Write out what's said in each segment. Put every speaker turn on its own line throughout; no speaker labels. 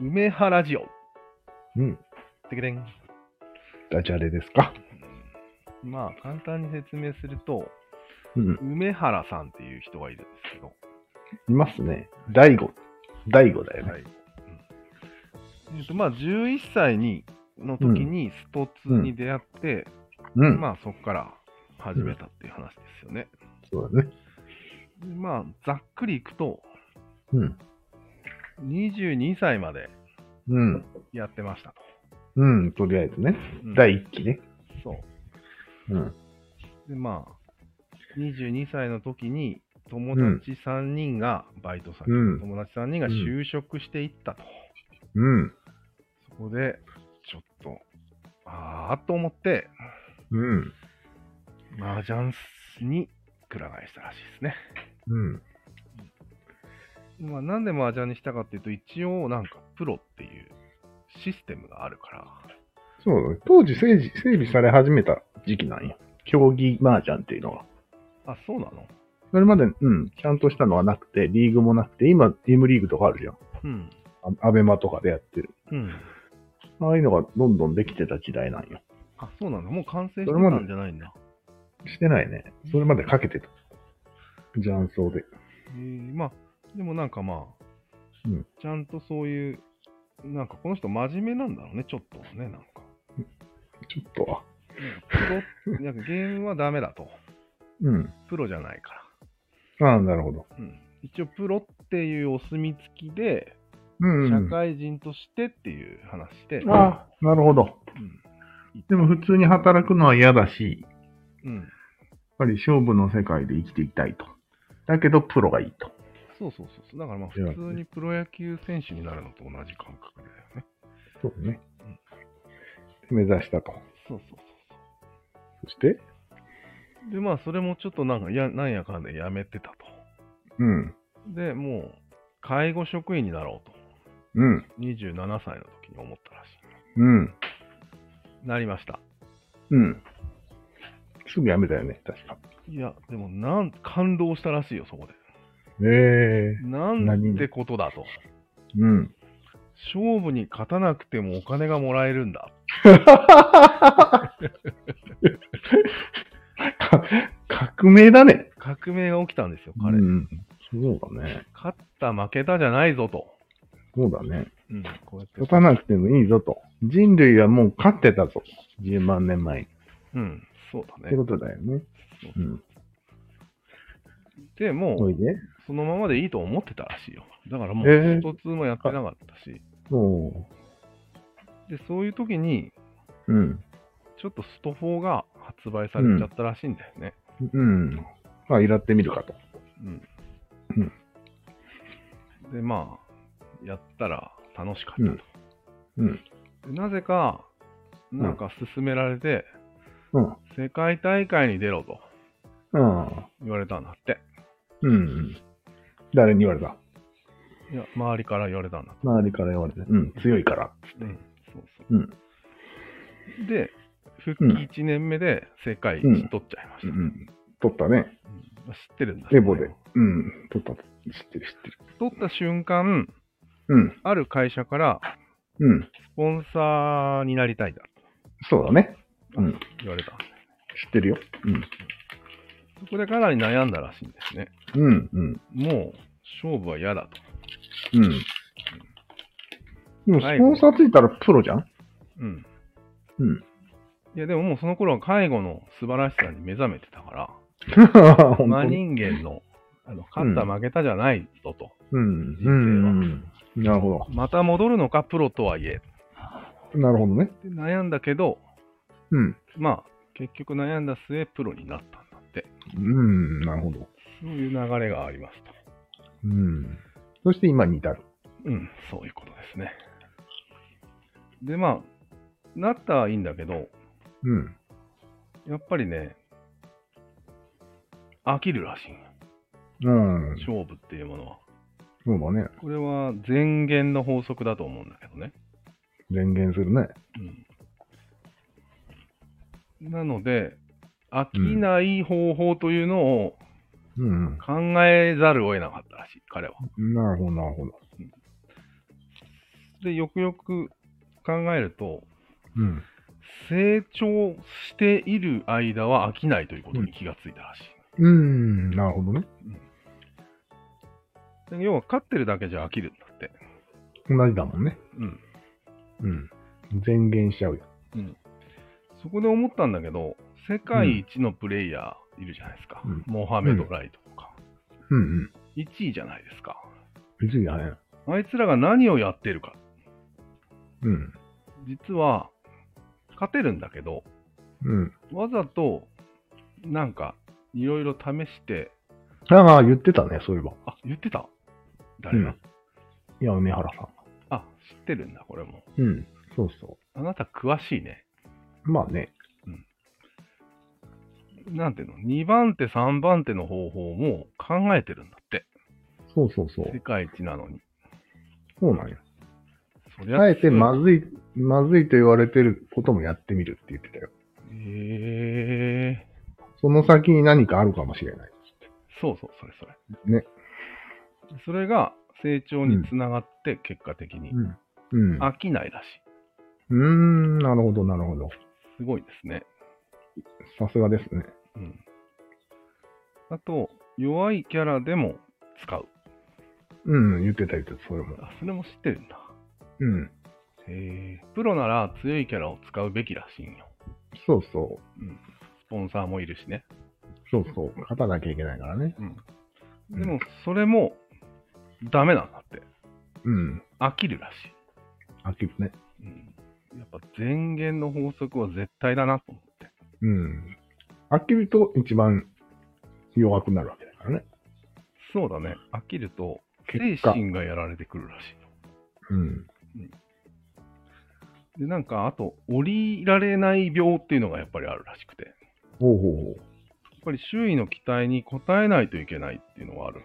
梅葉ラジオ。
うん。
てけてん。
ダジャレですか。
まあ、簡単に説明すると、
うん。
梅原さんっていう人がいるんですけど、
いますね。大悟。大悟だよね。
はいうんえっとまあ、11歳にの時にストツーに出会って、
うん。
まあ、そこから始めたっていう話ですよね。
そうだね。
でまあ、ざっくりいくと、
うん。
22歳まで
うん。
やってましたと。
うん。とりあえずね。
うん
第一期ね。
そう。
うん。
で、まあ、22歳の時に、友達3人がバイト先、
うん
友達3人が就職していったと。
うん。
そこで、ちょっと、ああと思って、
うん。
麻雀にくら替えしたらしいですね。
うん。
まあ、なんで麻雀にしたかっていうと、一応、なんか、プロっていうシステムがあるから、
そうだね。当時整備、整備され始めた時期なんや。競技麻雀っていうのは。
あ、そうなの
それまで、うん、ちゃんとしたのはなくて、リーグもなくて、今、チームリーグとかあるじゃん。
うん。
あアベマとかでやってる。
うん。
ああいうのがどんどんできてた時代なんよ。
あ、そうなんだ。もう完成して
そ
た
れまで
んじゃないんだ。
してないね。それまでかけてた。雀荘で。
えーまあ、でもなんかまあ、
うん
ちゃんとそういう、なんかこの人真面目なんだろうね、ちょっとね、なんか。
ちょっとは。
なんかプロなんかゲームはダメだと。
うん。
プロじゃないか
ああ、なるほど。
ら。うん、一応、プロっていうお墨付きで、
うん、う
社
ん。
会人としてっていう話で、うん
ああ、なるほど。でも普通に働くのは嫌だし、やっ
うん、
ぱり勝負の世界で生きていきたいと。だけどプロがいいと。
そうそうそうそう。だからまあ、
いや
普通にプロ野球選手になるのと同じ感覚だよね。
そうね。目指したと。
そうそうそう
そして、
そう。で、まあ、それもちょっとなんか、やなんやかんでやめてたと。
うん、
で、もう、介護職員になろうと。
うん、
27歳の時に思ったらし
うん、
い。なりました。
うん。すぐやめたよね、確か。
いや、でもなん、感動したらしいよ、そこで。
ええ
なんてことだと。
うん。
勝負に勝たなくてもお金がもらえるんだ。
革命だね。
革命が起きたんですよ、彼。
うん。そうだね。
勝った、負けたじゃないぞと。
そうだね。
うん、こうやって
勝。たなくてもいいぞと。人類はもう勝ってたぞ。10万年前に。っ
うん、そうだね
てこ。とだよね。うん。
で、も
お
う、
いで。
そのままでいいと思ってたらしいよ。だからも
へ
う、
え
一つもやってなかったし。
も
で、そういう時に、
う。うん。
ちょっとスト4が発売されちゃったらしいんだよね。
うん。まあ、いらってみるかと。
うん
うん
で、まあ、やったら楽しかったと。
うん。
でなぜか、なんか勧められて、
うん。
世界大会に出ろと
うん。
言われたんだって。
うん。誰に言われた
いや、周りから言われたんだって。
周りから言われて。うん。強いから。
うん、そうそう。で、復帰1年目で世界一取っちゃいました。
うんうん。取ったね。
うん知ってるんだけど
エボで。うん。取った。知ってる知ってる。
取った瞬間、
うん。
ある会社から
うん。
スポンサーになりたいんだと
そうだね。うん。
言われた。
知ってるよ。
そこでかなり悩んだらしいんですね。
うん。うん。うん。
もう勝負は嫌だと。
うん。でも、スポンサーついたらプロじゃん
うん。
うん。
いや、でももうその頃は介護の素晴らしさに目覚めてたから、
本当
真
に。
人間の、あの、勝った
うん
負けたじゃないぞと。
うん。
生は
うん。なるほ
また戻るのか、プロとはいえ。
ど。なるほどね。
で悩んだけど、
うん。
まあ、結局悩んだ末、プロになったんだって。
うん。なるほど。
そういう流れがありますと。
うん。そして今に至る。
うん、そういうことですね。で、まあ、なったはいいんだけど、
うん。
やっぱりね、飽きるらしいんよ
うん。
勝負っていうものは。
そうだね。
これは前言の法則だと思うんだけどね。
電言するね。
うん、なので、飽きない方法というのを
うん。
考えざるを得なかったらしい、彼は。
なるほど、なるほど。
で、よくよく考えると、
うん。
成長している間は飽きないということに気がついたらしい。
うーん、なるほどね。
で要は、勝ってるだけじゃ飽きるんだって。
同じだもんね。
うん。
うん。前言しちゃうよ。
そこで思ったんだけど、世界一のプレイヤーいるじゃないですか。
うん
モハメド・ライトとか。
うんうん。
1位じゃないですか。
別にね。
あいつらが何をやってるか。
うん。
実は、勝てるんだけど、
うん。
わざと、なんか、いろいろ試して、
ああ、言ってたね、そういえば。
あ、言ってた誰が、
うんいや、梅原さん。
あ、知ってるんだ、これも。
うん。そうそ
あなた詳しいね。
う。まあね。
なんていうの ?2 番手、3番手の方法も考えてるんだって。
そうそうそう。
世界一なのに。
そうなんよ。
そりゃ
あえてま
強い
ずい、まずいと言われてることもやってみるって言ってたよ。
へえ
その先に何かあるかもしれない。
ー。そうそう、それそれ。
ね。
それが成長につながって、結果的に。
うん。うん。
飽きないらしい。
うーん、なるほど、なるほど。
すごいですね。
さすがですね。
うん。あと、弱いキャラでも使う。
うん、言ってた言ってた、それも。
あ、それも知ってるんだ。
うん。
へえ。プロなら強いキャラを使うべきらしいんよ。
そうそう。
スポンサーもいるしね。
そうそう。勝たなきゃいけないからね。
でも、それも、ダメなんだって。
うん。
飽きるらし
飽きるね。
い。うん。やっぱ、前言の法則は絶対だなと思って。
うん。飽きると一番弱くなるわけだからね。
そうだね。飽きると、精
結果。
神がやられてくるらし
うん。
い。で、なんか、あと、降りられない病っていうのがやっぱりあるらしくて。や
ほうほうほう。
っぱり周囲の期待に応えないといけないっていうのはある。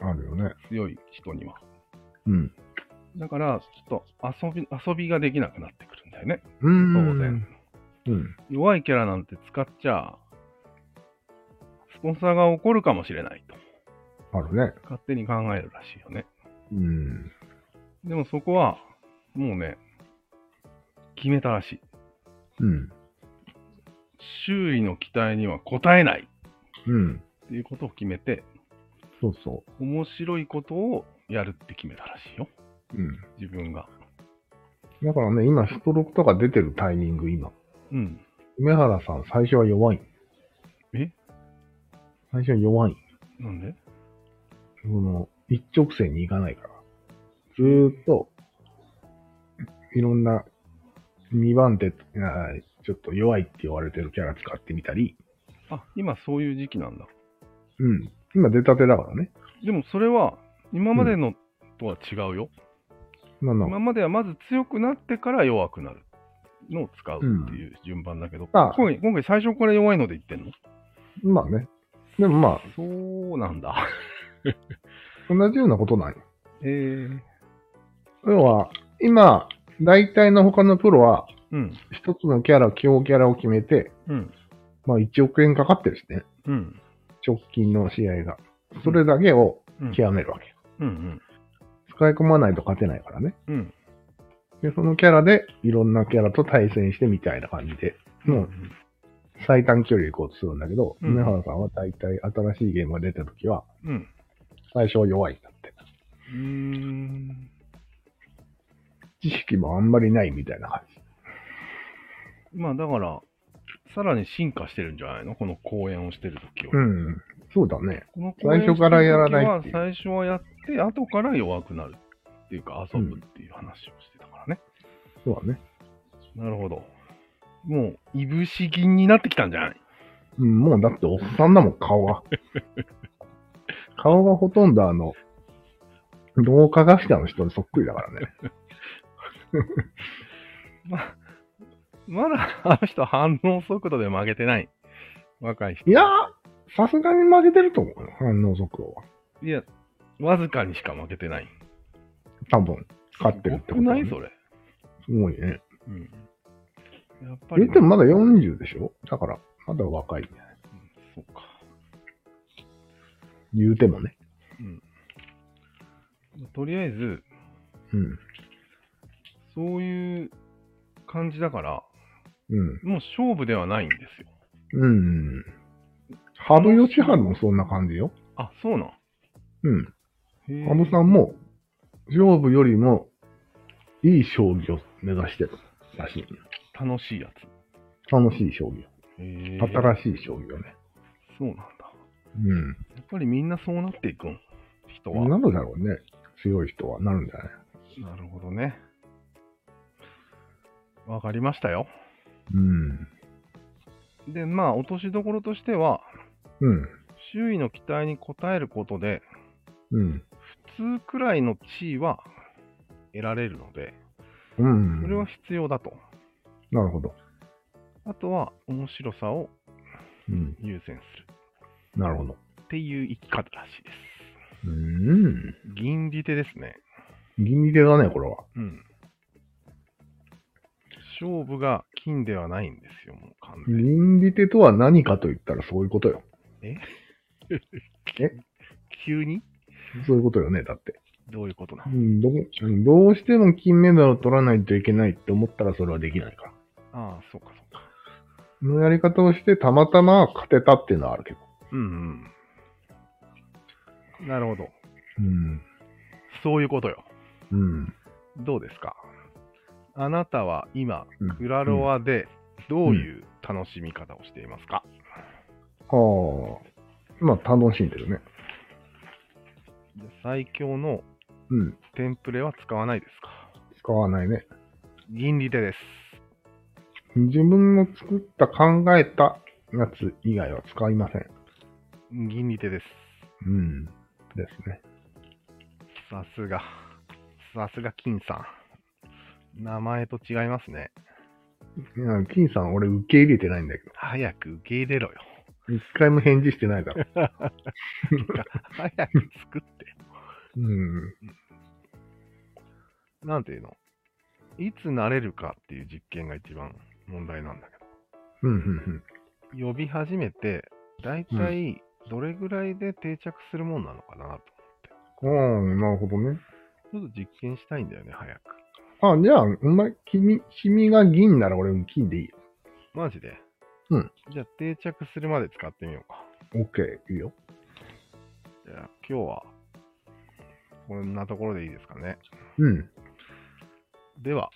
あるよね。
強い人には。
うん。
だから、ちょっと遊び、遊びができなくなってくるんだよね。
うーん。
当然。
うん。
弱いキャラなんて使っちゃ、スポンサーが怒るかもしれないと、
あるね。
勝手に考えるらしいよね。
うん。
でもそこは、もうね、決めたらしい。
うん。
周囲の期待には応えない
うん。
っていうことを決めて、
そうそ
面白いことをやるって決めたらしいよ。
う。うん。
自分が。
だからね、今、ストロークとか出てるタイミング、今。
うん。
梅原さん、最初は弱い。
え
最初は弱い。
なんで
その、一直線に行かないから。ずーっと、いろんな、2番手、あーちょっと弱いって言われてるキャラ使ってみたり、
あ、今そういう時期なんだ。
うん。今出たてだからね。
でもそれは、今までのとは違うよ。
まあま
今
あ、
まではまず強くなってから弱くなるのを使うっていう順番だけど、
あ
今回今回最初から弱いので言ってんの
まあね。でもまあ、
そうなんだ。
同じようなことなんよ。
えー、
要は、今、大体の他のプロは、
うん、
一つのキャラ、基本キャラを決めて、
うん、
まあ1億円かかってるしね。
うん、
直近の試合が。それだけを
うん、
極めるわけ。
うん、
使い込まないと勝てないからね。
うん、うん、
で、そのキャラでいろんなキャラと対戦してみたいな感じで、もう最短距離行こうとするんだけど、
うん
梅原さんは大体新しいゲームが出た時は、
うん、
最初は弱いんだって。
うーん、
知識もあんまりないみたいな感じ。
まあだから、さらに進化してるんじゃないのこの公演をしてる時よ
う
り。
ん。そうだね。
この公演
最初からやらない
を
っ
して
い
て
う
る時は最初はやって、後から弱くなるっていうか、遊ぶっていう話をしてたからね。
そうだね。
なるほど。もう、いぶし銀になってきたんじゃない
うん、もうだっておっさんだもん、顔が。顔がほとんどあの、脳科学者の人にそっくりだからね。
ま、まだあの人反応速度で負けてない。若い人。
いやー、さすがに負けてると思うよ、反応速度は。
いや、わずかにしか負けてない。
多分、勝ってるってこと
すごく
だね
ないそれ。
すごいね。
うん。やっぱ
言
り、
ってもまだ40でしょだから、まだ若いね。
うんそうか。
言うてもね。
とりあえず、
うん。
そういう感じだから、
うん。
もう勝負ではないんですよ。
うん。羽生善治もそんな感じよ。
あ、そうなん。
うん。
へー
羽生さんも、勝負よりも、いい将棋を目指してるらしい。
楽しいや
楽しい将棋。
つ。へー
新しい将棋をね。
そうなんだ。
うん。
やっぱりみんなそうなっていくん。人は。
なるだろうね。強い人はなるんじゃな
な
い
るほどね。わかりましたよ。
うん。
で、まあ、落としどころとしては、
うん。
周囲の期待に応えることで、
うん。
普通くらいの地位は得られるので、
うん。
それは必要だと。
なるほど。
あとは、面白さを
うん。
優先する
なるほど。
っていう生き方らしいで
うん。
す。銀利手ですね。
銀利手だね、これは。
うん。勝負が金ではないんですよ、もう完全に。
銀利手とは何かと言ったらそういうことよ。
急に
そういうことよね、だって。
どういうことな
う
の
ん、どうんどうしても金メダルを取らないといけないって思ったらそれはできないから。
ああ、そうかそうか。
そのやり方をしてたまたま勝てたっていうのはあるけど。
うんうん。なるほど。
うん。
そういうことよ。
うん。
どうですかあなたは今、
うん
クラロワでどういう楽しみ方をしていますか、
はあ。まあ、楽しんでるね。
で最強の
うん。
テンプレは使わないですか
使わないね。
銀利手です。
自分の作った考えたやつ以外は使いません。
銀利手です。
うん。ですね。
さすが。さすが金さん。名前と違いますね。
いや、金さん俺受け入れてないんだけど。
早く受け入れろよ。
一回も返事してないだろ。
早く作って。
うん。
なんていうのいつ慣れるかっていう実験が一番問題なんだけ
うん、うん、
ど。呼び始めて、だいたいどれぐらいで定着するもんなのかなと。
うん。ああ、なるほどね。
ちょっと実験したいんだよね、早く。
あ、じゃあ、お前、君、君が銀なら俺も金でいいよ。
マジで
うん。
じゃあ定着するまで使ってみようか。
オッケー、いいよ。
じゃあ今日は、こんなところでいいですかね。
うん。
では。